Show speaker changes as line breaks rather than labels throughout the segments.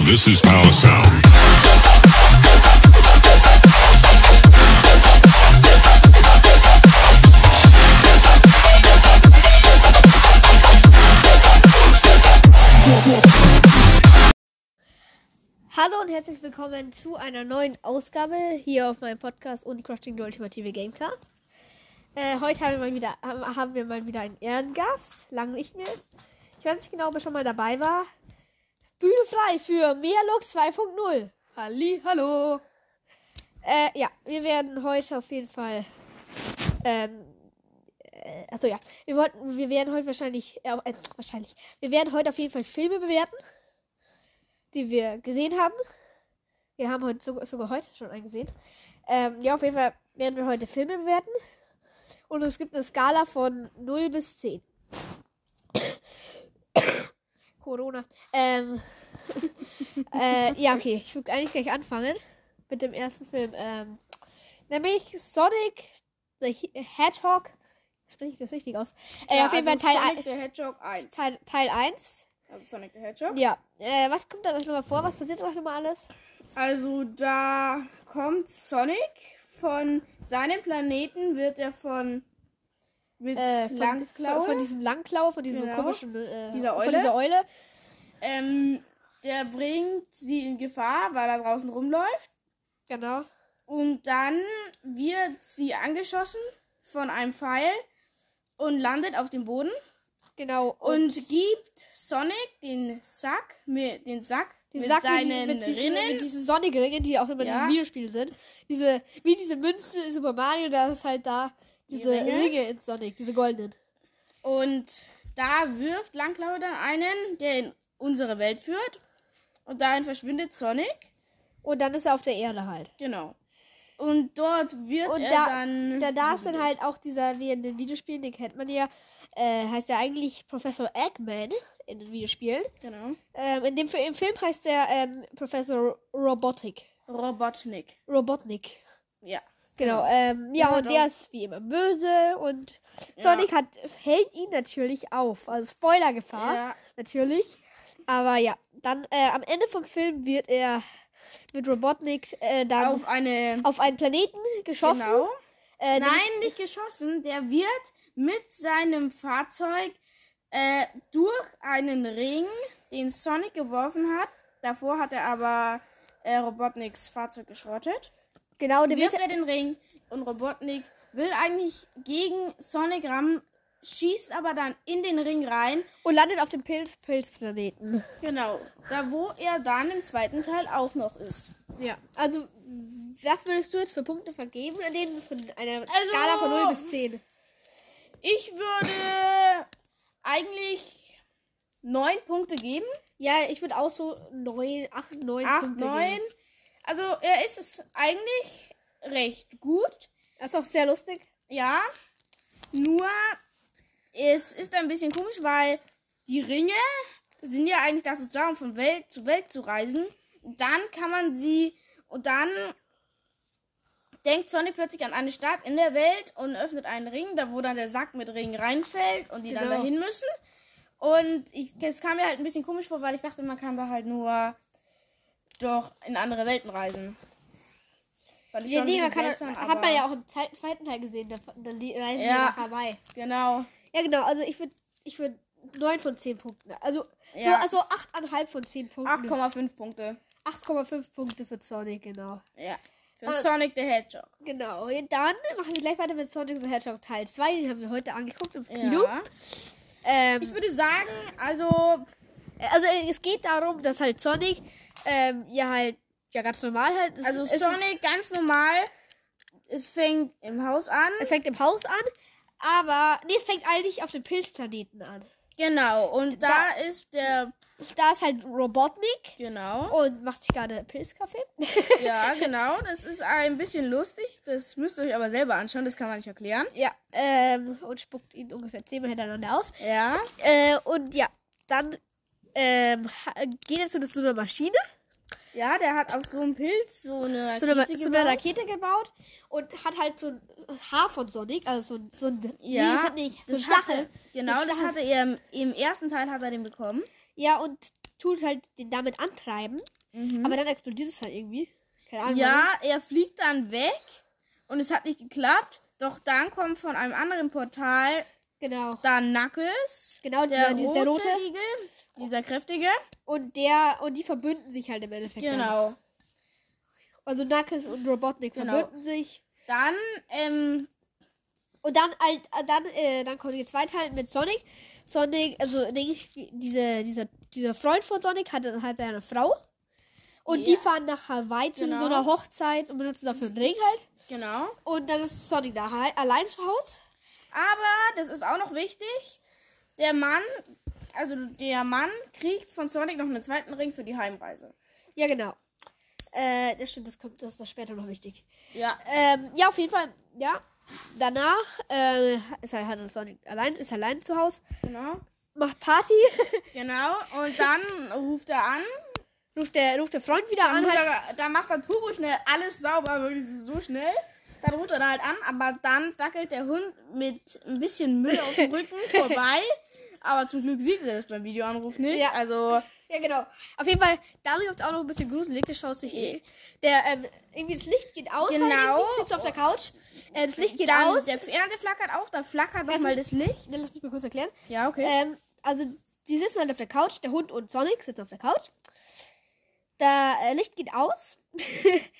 This is Power Sound.
Hallo und herzlich willkommen zu einer neuen Ausgabe hier auf meinem Podcast Unicrafting der Ultimative Gamecast. Äh, heute haben wir, mal wieder, haben haben wir mal wieder einen Ehrengast, lange nicht mehr. Ich weiß nicht genau, ob er schon mal dabei war. Bühne frei für Meerlook 2.0.
Halli, hallo.
Äh, ja, wir werden heute auf jeden Fall. Ähm, äh, achso, ja. Wir, wollten, wir werden heute wahrscheinlich. Äh, äh, wahrscheinlich. Wir werden heute auf jeden Fall Filme bewerten, die wir gesehen haben. Wir haben heute sogar, sogar heute schon einen gesehen. Ähm, ja, auf jeden Fall werden wir heute Filme bewerten. Und es gibt eine Skala von 0 bis 10. Corona. Ähm. äh, ja, okay. Ich würde eigentlich gleich anfangen mit dem ersten Film. Ähm, nämlich Sonic the He- Hedgehog. Spreche ich das richtig aus? Äh, auf jeden Fall Teil,
also Sonic
ein-
der Hedgehog 1.
Teil, Teil 1.
Also Sonic der Hedgehog.
Ja. Äh, was kommt da nochmal vor? Was passiert da nochmal alles?
Also da kommt Sonic von seinem Planeten wird er von mit
Äh, von,
Langklaue.
Von, von diesem Langklau, von diesem
Genau.
komischen. Äh,
Dieser
Von
Eule.
dieser Eule.
ähm, der bringt sie in Gefahr, weil er draußen rumläuft.
Genau.
Und dann wird sie angeschossen von einem Pfeil und landet auf dem Boden
Genau.
und, gibt Sonic den Sack mit den Sack
Diese
mit
Sacken,
seinen
die, mit diesen,
Rinnen
mit diesen sonnigen Ringen, die auch immer in
Ja.
den Videospielen sind. Diese, wie diese Münzen in Super Mario, da ist halt da diese
Ringe.
Ringe. in Sonic, diese goldenen.
Und da wirft Langklaue dann einen, der in unsere Welt führt. Und darin verschwindet Sonic.
Und dann ist er auf der Erde halt.
Genau. Und dort wird
Und
er
da,
dann.
da, da ist dann halt auch dieser, wie in den Videospielen, den kennt man ja, äh, heißt er eigentlich Professor Eggman in den Videospielen.
Genau.
Ähm, in dem, Fi- Im Film heißt er ähm, Professor Robotic.
Robotnik.
Robotnik.
Ja.
Genau, ähm, ja,
Ja,
und
doch.
der ist wie immer böse und Sonic hat, hält ihn natürlich auf. Also Spoilergefahr,
Ja.
natürlich. Aber ja, dann äh, am Ende vom Film wird er mit Robotnik äh, dann auf,
Auf eine.
einen Planeten geschossen.
genau.
Äh, den
Nein, nicht geschossen. Der wird mit seinem Fahrzeug äh, durch einen Ring, den Sonic geworfen hat. Davor hat er aber äh, Robotniks Fahrzeug geschrottet.
ich- genau, der wird,
wirft er den Ring und Robotnik will eigentlich gegen Sonic rammen, schießt aber dann in den Ring rein.
und landet auf dem Pilz Pilzplaneten.
Genau, da wo er dann im zweiten Teil auch noch ist.
Ja, also was würdest du jetzt für Punkte vergeben an denen von einer
Also-
Skala von 0 bis 10?
Ich würde eigentlich neun Punkte geben.
Ja, ich würde auch so 9, 8, 9
Acht,
Punkte
neun.
geben.
Also er ist es eigentlich recht gut.
Das ist auch sehr lustig.
Ja, nur es ist ein bisschen komisch, weil die Ringe sind ja eigentlich dazu da, um von Welt zu Welt zu reisen. Und dann kann man sie und dann denkt Sonic plötzlich an eine Stadt in der Welt und öffnet einen Ring, da wo dann der Sack mit Ringen reinfällt und die dann
Genau.
dahin müssen. Und ich, es kam mir halt ein bisschen komisch vor, weil ich dachte, man kann da halt nur doch in andere Welten reisen. Weil es
Nee,
schon ein
nee, man
bisschen
kann,
seltsam,
hat man
aber-
ja auch im Zei- zweiten Teil gesehen, da, da li- reisen wir
Ja.
nach Hawaii.
Genau.
Ja, genau, also ich würde ich würd 9 von 10 Punkten. Also,
Ja.
so, also 8,5 von 10 Punkten.
8,5 Punkte.
8,5 Punkte für Sonic, genau.
Ja. Für
Ah.
Sonic the Hedgehog.
Genau, und dann machen wir gleich weiter mit Sonic the Hedgehog Teil 2. Den haben wir heute angeguckt im Kino. Ähm,
Ich würde sagen, also
also, äh, es geht darum, dass halt Sonic ähm, ja halt ja ganz normal halt. Es,
also
es,
Sonic ganz normal. Es fängt im Haus an.
Es, es fängt im Haus an, aber. Nee, es fängt eigentlich auf dem Pilzplaneten an.
Genau. Und da, ist der
Da ist halt Robotnik.
genau.
und macht sich gerade Pilzkaffee.
Ja, genau. Das ist ein bisschen lustig. Das müsst ihr euch aber selber anschauen. Das kann man nicht erklären.
ja, ähm, und spuckt ihn ungefähr zehnmal hintereinander aus.
Ja.
Äh, und ja, dann ähm, ha- geht er zu, zu einer Maschine,
Ja, der hat auf so einem Pilz so eine
zu einer,
Rakete
zu einer
gebaut.
Rakete gebaut und hat halt so ein Haar von Sonic, also so ein, so ein nee,
Ja,
das hat nicht, so ein
Das hatte-
Stachel.
Genau,
so ein
das
Stachel.
hatte er im, im ersten Teil hat er den bekommen.
Ja, und tut halt den damit antreiben, aber dann explodiert es halt irgendwie. Keine Ahnung.
Mhm. Ja, er fliegt dann weg und es hat nicht geklappt. Doch dann kommt von einem anderen
warum.
Portal
Genau.
dann Knuckles.
Genau, dieser,
Der,
die-
rote,
der rote.
Igel, dieser kräftige.
Und der, und die verbünden sich halt im Endeffekt. Dann.
Genau.
Also Knuckles und Robotnik
Genau.
verbünden sich.
Dann, ähm,
Und dann halt, äh, dann, äh, dann kommt die zweite halt mit Sonic. Sonic, also nee, diese, dieser, dieser Freund von Sonic hat, hat eine Frau. Und die
Ja.
fahren nach Hawaii zu
Genau.
so einer Hochzeit und benutzen dafür einen Ring halt.
genau.
Und dann ist Sonic da hei- allein zu Hause.
Aber, das ist auch noch wichtig, der Mann, also der Mann kriegt von Sonic noch einen zweiten Ring für die Heimreise.
Ja, genau. Äh, das stimmt, das kommt, das ist das später noch wichtig.
Ja.
Ähm, ja, auf jeden Fall, ja. Danach, äh, ist er, hat er Sonic allein, ist er allein zu Hause,
Genau.
macht Party,
Genau. Und dann ruft er an.
ruft der, ruft der Freund wieder
Dann,
an,
ruft
halt,
er, dann macht er turbo schnell alles sauber, wirklich es ist so schnell. Dann ruft er da halt an, aber dann dackelt der Hund mit ein bisschen Müll auf dem Rücken vorbei. Aber zum Glück sieht er das beim Videoanruf nicht.
Ja.
Also,
ja genau. Auf jeden Fall, da gibt es auch noch ein bisschen gruselig, das schaut sich eh. Der, ähm, irgendwie das Licht geht aus,
Genau.
halt irgendwie, sitzt auf der Couch, äh, das Licht geht
dann
aus.
der Fernseher flackert auf, dann flackert
Lass
nochmal
mich-
das Licht.
Ja, lass mich mal kurz erklären.
Ja, okay.
Ähm, also, die sitzen halt auf der Couch, der Hund und Sonic sitzen auf der Couch. Da, äh, Licht geht aus.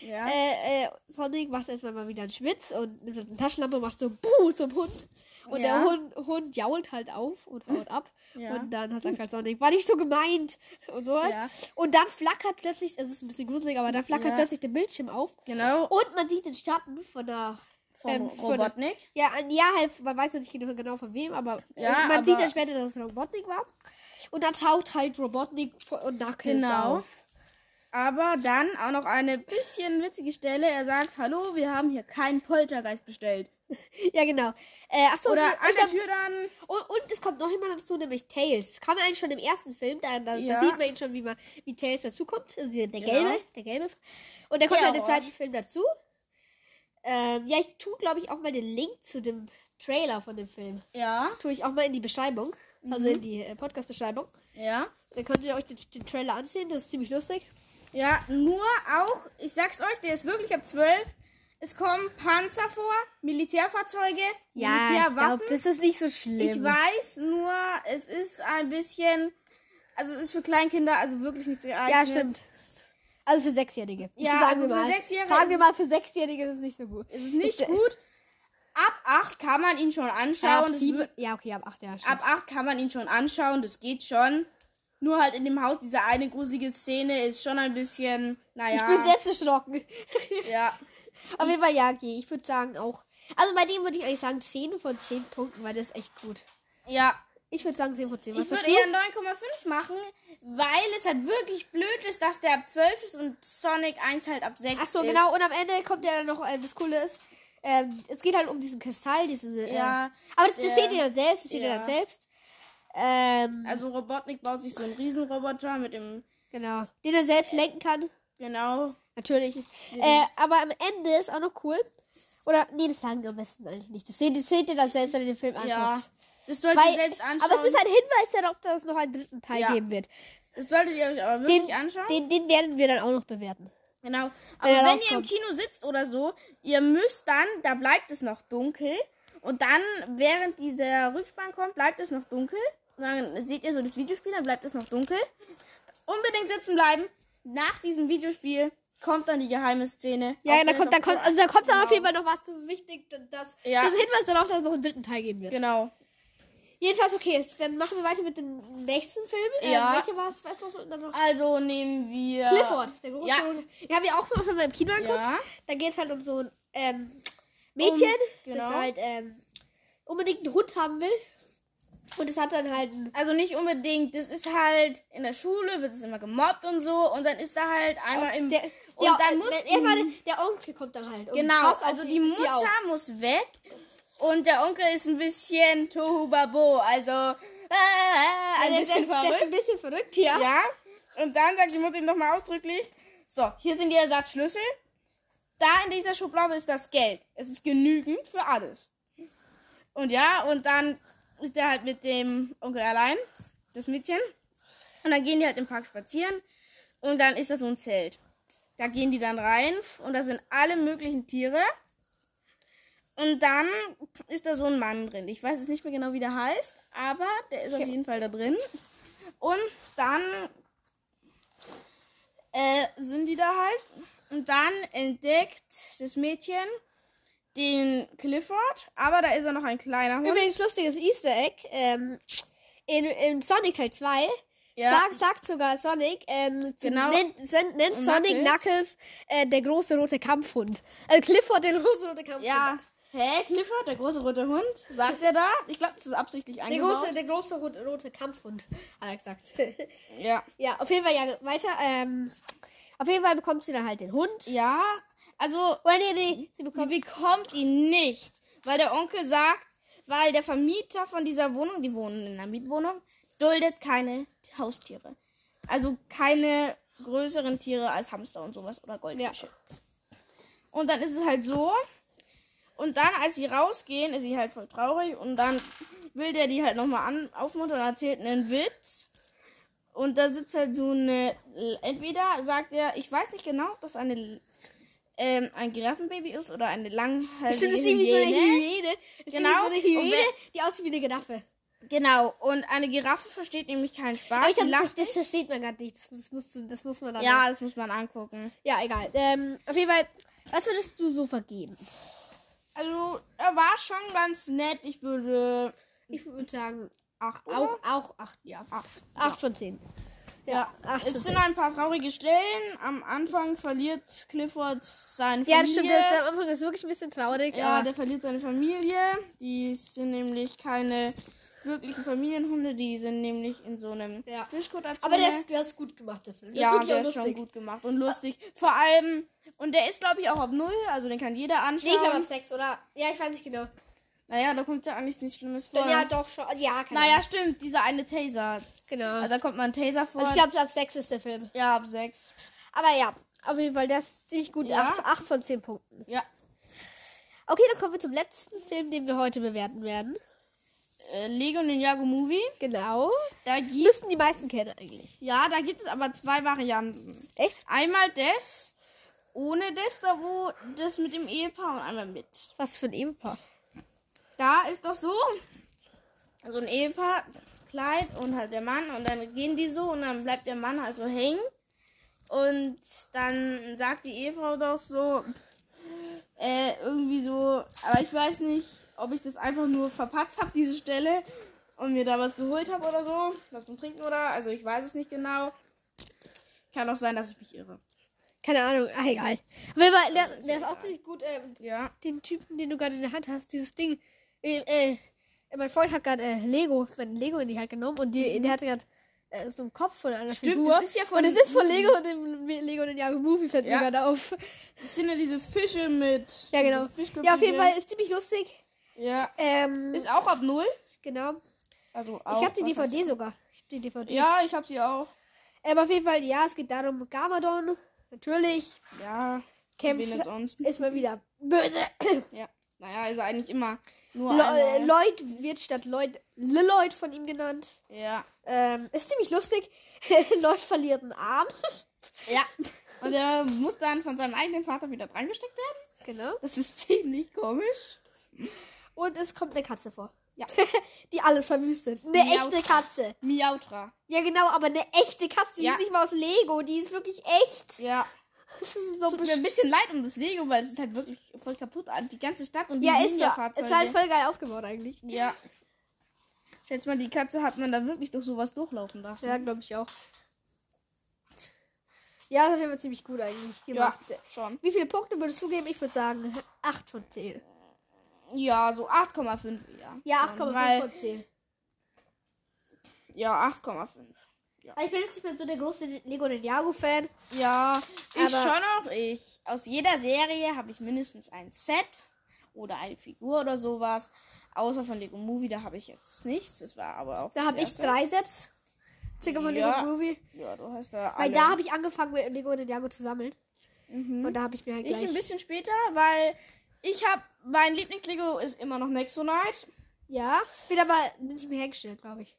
ja.
Äh, äh, Sonic macht erstmal mal wieder einen Schwitz und nimmt halt eine Taschenlampe und macht so Buh zum Hund. Und
Ja.
der Hund, Hund jault halt auf und haut ab.
Ja.
Und dann hat er halt Sonic, war nicht so gemeint. Und so halt.
Ja.
Und dann flackert plötzlich, es ist ein bisschen gruselig, aber dann flackert
Ja.
plötzlich der Bildschirm auf.
genau.
Und man sieht den Schatten von der.
Vom
oh, ähm, von-
Robotnik.
Ja, ein- ja, halt, man weiß noch nicht genau- genau von wem, aber
Ja,
man
aber-
sieht dann später, dass es Robotnik war. Und dann taucht halt Robotnik vo- und Knuckles
Genau.
auf.
Aber dann auch noch eine bisschen witzige Stelle. Er sagt, hallo, wir haben hier keinen Poltergeist bestellt.
Ja, genau. Äh, achso,
Oder an
ich
der
glaub,
Tür dann.
Und, Oh, und es kommt noch jemand dazu, nämlich Tails. Kam er eigentlich schon im ersten Film, da, da, da
Ja.
sieht man ihn schon, wie, man, wie Tails dazukommt. Also der, der
Genau.
gelbe, der gelbe. Und der kommt
Ja,
halt im
orange.
zweiten Film dazu. Ähm, ja, ich tue, glaube ich, auch mal den Link zu dem Trailer von dem Film.
Ja.
Tue ich auch mal in die Beschreibung. Also
Mhm.
in die äh, Podcast-Beschreibung.
Ja.
Dann könnt ihr euch den, den Trailer ansehen, das ist ziemlich lustig.
Ja, nur auch, ich sag's euch, der ist wirklich ab 12. Es kommen Panzer vor, Militärfahrzeuge, Militärwaffen.
das ist nicht so
ich
schlimm.
weiß nur, es ist ein bisschen. Also, es ist für Kleinkinder, also wirklich nichts geeignet.
ja, stimmt. Also für Sechsjährige.
Ja,
sagen wir
also für
mal.
Sechsjährige
Sagen wir
ist-
mal, für Sechsjährige ist es nicht so gut.
Es ist nicht
Ist-
gut. Ab 8 kann man ihn schon
Ja,
anschauen.
ab
das
sieben.
wird-
Ja, okay, ab acht, ja. stimmt.
ab 8 kann man ihn schon anschauen, das geht schon. Nur halt in dem Haus, diese eine gruselige Szene ist schon ein bisschen.
Ich
Naja.
bin selbst erschrocken.
ja.
Auf jeden Fall, ja, okay. Ich würde sagen auch. Also bei dem würde ich eigentlich sagen 10 von 10 Punkten, weil das ist echt gut.
Ja,
Ich würde sagen 10 von 10. Was
Ich
sagst
würde
du?
eher 9,5 machen, weil es halt wirklich blöd ist, dass der ab 12 ist und Sonic 1 halt ab 6
Ach so,
ist.
genau. Und am Ende kommt ja dann noch, äh, das Coole ist, ähm, es geht halt um diesen Kristall, diesen. Äh,
Ja,
Aber das, das
der-
seht ihr dann selbst, das seht ihr
ja.
dann selbst. Ähm,
Also Robotnik baut sich so einen Riesenroboter mit dem,
genau. Den er selbst lenken kann.
genau,
Natürlich. Äh, aber am Ende ist auch noch cool. Oder, nee, das sagen wir am besten eigentlich nicht. Das seht, das seht ihr dann selbst, wenn ihr den Film anguckt.
ja. Das solltet
Ah, Weil,
ihr selbst anschauen.
aber es ist halt ein Hinweis darauf, dass es noch einen dritten Teil
Ja.
geben wird.
das solltet ihr euch aber wirklich
Den,
anschauen.
den, den werden wir dann auch noch bewerten.
genau. Aber
er
wenn, ihr im
rauskommt.
Kino sitzt oder so, ihr müsst dann, da bleibt es noch dunkel. Und dann, während dieser Rückspann kommt, bleibt es noch dunkel. Und dann seht ihr so das Videospiel, dann bleibt es noch dunkel. Unbedingt sitzen bleiben. Nach diesem Videospiel kommt dann die geheime Szene.
Ja,
Auch
ja
wenn
da
es
kommt,
noch
da kommt,
so-
also da kommt dann auf
genau.
jeden Fall noch was. Das ist wichtig, dass das,
Ja.
das ist ein Hinweis darauf, dass es noch einen dritten Teil geben wird.
Genau.
Jedenfalls okay, ist, dann machen wir weiter mit dem nächsten Film.
Ja.
Äh, welcher war es? Weißt du, was wir dann noch?
Also nehmen wir.
Clifford, der große.
Ja.
Rote- Den haben wir auch mal im Kino angeguckt.
Ja.
Da geht es halt um so ein ähm, Mädchen,
genau.
das halt ähm, unbedingt einen Hund haben will. Und es hat dann halt einen
Also nicht unbedingt. Das ist halt in der Schule wird es immer gemobbt und so. Und dann ist da halt einmal im.
Der,
und
der,
dann
äh,
muss mhm.
erstmal der Onkel kommt dann halt. Und
Genau,
passt auf
also die
sie
Mutter
auf.
muss weg und der Onkel ist ein bisschen tohubabo, also äh,
Ja,
ein
der, der, der
bisschen
ist
verrückt.
ein bisschen verrückt hier.
Ja, und dann sagt die Mutter ihm nochmal ausdrücklich, so, hier sind die Ersatzschlüssel, da in dieser Schublade ist das Geld, es ist genügend für alles. Und ja, und dann ist er halt mit dem Onkel allein, das Mädchen. Und dann gehen die halt im Park spazieren. Und dann ist das so ein Zelt. Da gehen die dann rein und da sind alle möglichen Tiere. Und dann ist da so ein Mann drin. Ich weiß jetzt nicht mehr genau, wie der heißt, aber der ist auf
Ja.
jeden Fall da drin. Und dann äh, sind die da halt. Und dann entdeckt das Mädchen den Clifford, aber da ist er noch ein kleiner Hund.
Übrigens lustiges Easter Egg. Ähm, in, in Sonic Teil 2
Ja.
sagt, sagt sogar Sonic, ähm, zu-
Genau.
nennt, sen- nennt
So
Sonic
Knuckles.
Knuckles, äh, der große rote Kampfhund. Äh, Clifford, der große rote Kampfhund.
Ja. Hä, Clifford, der große rote Hund? Sagt er da? Ich glaube, das ist absichtlich
Der
eingebaut.
große, der große rote, rote Kampfhund, hat er gesagt.
Ja.
ja, auf jeden Fall, ja, weiter. Ähm, auf jeden Fall bekommt sie dann halt den Hund.
Ja, also
Oder nee, nee, sie
sie
bekommt.
bekommt ihn nicht, weil der Onkel sagt, weil der Vermieter von dieser Wohnung, die wohnen in einer Mietwohnung, duldet keine Haustiere. Also keine größeren Tiere als Hamster und sowas oder Goldfische. Und dann ist es halt so. Und dann, als sie rausgehen, ist sie halt voll traurig. Und dann will der die halt nochmal an, aufmuntern und erzählt einen Witz. Und da sitzt halt so eine. Entweder sagt er, ich weiß nicht genau, ob das eine, ähm, ein Giraffenbaby ist oder eine langhalsige
Bestimmt ist irgendwie so eine
Hyäne.
Äh, Hyäne. Ist irgendwie
Genau.
So eine
Und
Hyäne,
wer-
die aussieht wie eine Giraffe.
Genau, und eine Giraffe versteht nämlich keinen Spaß.
Aber ich
die
glaube,
lacht
das, das versteht man gerade nicht. Das, das, musst du, das muss man dann.
Ja, das muss man angucken.
Ja, egal. Ähm, auf jeden Fall, was würdest du so vergeben?
Also, er war schon ganz nett. Ich würde
Ich würde sagen,
acht oder?
auch, auch 8, ja. 8
Acht.
von 10.
Ja,
acht
es
von zehn.
sind ein paar traurige Stellen. Am Anfang verliert Clifford seine Familie.
Ja, das stimmt. Der, der am Anfang ist wirklich ein bisschen traurig.
ja,
aber
der verliert seine Familie. Die sind nämlich keine wirklichen Familienhunde. Die sind nämlich in so einem
Ja.
Fischkutter.
aber der, ist, der ist gut gemacht, der Film. Der
ja,
ist
der
wirklich
ist
auch
schon
lustig.
gut gemacht und lustig. Vor allem, und der ist, glaube ich, auch auf Null. Also, den kann jeder
Nee, ich glaube
anschauen.
ab 6, oder? Ja, ich weiß nicht genau.
naja, da kommt ja eigentlich nichts Schlimmes vor.
Dann ja, doch schon. Ja, keine
naja,
Ahnung.
stimmt, dieser eine Taser.
genau.
Also, da kommt mal ein Taser vor.
Also ich glaube, ab 6 ist der Film.
ja, ab sechs.
Aber ja, auf jeden Fall, der ist ziemlich gut.
Ja.
acht 8 von 10 Punkten.
Ja,
Okay, dann kommen wir zum letzten Film, den wir heute bewerten werden.
äh, Lego Ninjago Movie.
Genau.
Oh, Da gibt
Müssten die meisten kennen eigentlich.
Ja, da gibt es aber zwei Varianten.
Echt?
Einmal das, ohne das, da wo das mit dem Ehepaar und einmal mit.
Was für ein Ehepaar.
Da ist doch so, so ein Ehepaar, Kleid und halt der Mann und dann gehen die so und dann bleibt der Mann halt so hängen. Und dann sagt die Ehefrau doch so, äh, irgendwie so, aber ich weiß nicht, ob ich das einfach nur verpatzt habe, diese Stelle, und mir da was geholt habe oder so, was zum Trinken oder, also ich weiß es nicht genau. Kann auch sein, dass ich mich irre.
Keine Ahnung, ah, egal. Aber immer, der, der ist auch ziemlich gut. Ähm,
Ja.
den Typen, den du gerade in der Hand hast, dieses Ding. Äh, äh, mein Freund hat gerade äh, Lego, mein Lego in die Hand genommen und die, der hatte gerade äh, so einen Kopf von einer
Mhm. Stimmt,
Figur.
das ist ja von-
und es ist von Lego und dem Lego den Jago Movie fällt
Ja.
mir gerade auf.
Das sind ja diese Fische mit.
Ja, genau.
diese Fischköpfe
Ja, auf jeden
hier.
Fall ist ziemlich lustig.
Ja.
Ähm,
Ist auch ab Null.
genau.
Also auch,
Ich habe die
was heißt-
DVD sogar. Ich habe die DVD.
Ja, ich hab sie auch.
Ähm, auf jeden Fall, ja, es geht darum, Gamadon, natürlich,
Ja.
kämpft,
Wen denn sonst?
ist mal wieder böse.
Ja. Naja, ist er eigentlich immer nur
Lo-
einmal.
Lloyd wird statt Lloyd Lloyd von ihm genannt.
Ja.
Ähm, ist ziemlich lustig. Lloyd verliert einen Arm.
Ja. Und er muss dann von seinem eigenen Vater wieder drangesteckt werden.
Genau.
Das ist ziemlich komisch.
Und es kommt eine Katze vor.
Ja.
Die alles verwüstet. Eine
Miau.
echte Katze.
Miautra.
Ja, genau, aber eine echte Katze. Die
Ja.
ist nicht mal aus Lego. Die ist wirklich echt.
Ja.
Das ist so
Tut mir ein
besch-
bisschen leid um das Lego, weil es ist halt wirklich voll kaputt. Die ganze Stadt und die
Ja, ist ja.
Ninja-Fahrzeuge.
Ist halt voll geil aufgebaut eigentlich.
Ja. Schätz mal, die Katze hat man da wirklich durch sowas durchlaufen lassen.
Ja, glaube ich auch. Ja, das wäre ziemlich gut eigentlich gemacht.
schon.
Wie viele Punkte würdest du geben? Ich würde sagen 8 von 10.
Ja, so 8,5, ja.
Ja,
Schon,
8,5
weil-
von 10.
Ja, 8,5.
Also Ich bin jetzt nicht mehr so der große Lego Ninjago-Fan.
Ja, ich
Aber-
schon auch. Ich. Aus jeder Serie habe ich mindestens ein Set oder eine Figur oder sowas. Außer von Lego Movie, da habe ich jetzt nichts. Das war aber auch.
Da
das
habe ich
erste.
drei Sets. Circa von
Ja.
Lego Movie.
Ja, du hast da.
Weil
alle.
da habe ich angefangen mit Lego Ninjago zu sammeln. Und da habe ich mir halt
Ich
gleich.
ein bisschen später, weil ich habe. Mein Lieblings-Lego ist immer noch Nexonite.
ja, bin aber nicht mehr hergestellt, glaube ich.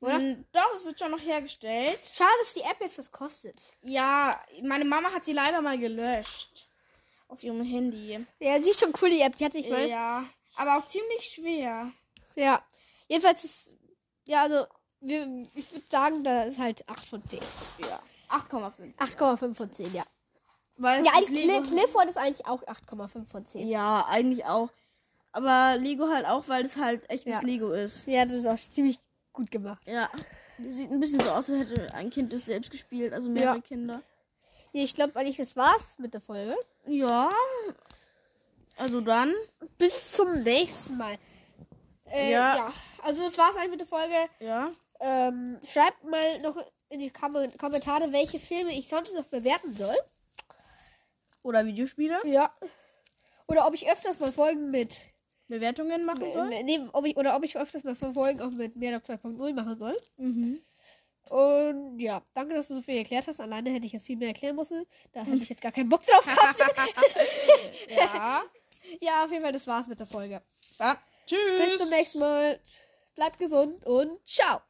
Oder?
N- Doch, es wird schon noch hergestellt.
Schade, dass die App jetzt was kostet.
Ja, meine Mama hat sie leider mal gelöscht. Auf ihrem Handy.
Ja, die ist schon cool, die App. Die hatte ich mal. Ja.
ja. Aber auch ziemlich schwer.
Jedenfalls ist. Ja, also. Wir, ich würde sagen, da ist halt 8 von 10.
Ja. 8,5.
8,5 von 10, ja.
Weil es
Ja,
ist
eigentlich Cl
Lego-
Clifford ist eigentlich auch 8,5 von 10.
Ja, eigentlich auch. Aber Lego halt auch, weil es halt echtes
Ja.
Lego ist.
Ja, das ist auch ziemlich gut gemacht.
Ja. Sieht ein bisschen so aus, als hätte ein Kind das selbst gespielt, also mehrere
Ja.
Kinder.
Ja, ich glaube eigentlich, das war's mit der Folge.
Ja. Also dann.
Bis zum nächsten Mal. Äh, ja.
Ja.
Also das war's eigentlich mit der Folge.
Ja.
Ähm, schreibt mal noch in die Kam Kommentare, welche Filme ich sonst noch bewerten soll.
Oder Videospiele.
Ja. Oder ob ich öfters mal Folgen mit.
Bewertungen machen soll.
Äh, nee, ob ich, oder ob ich öfters mal Folgen auch mit Mehrlock 2.0 machen soll.
Mhm.
Und ja, danke, dass du so viel erklärt hast. Alleine hätte ich jetzt viel mehr erklären müssen. Da hätte ich jetzt gar keinen Bock drauf gehabt.
Ja.
ja, auf jeden Fall, das war's mit der Folge.
Dann. Tschüss.
Bis zum nächsten Mal. Bleibt gesund und ciao.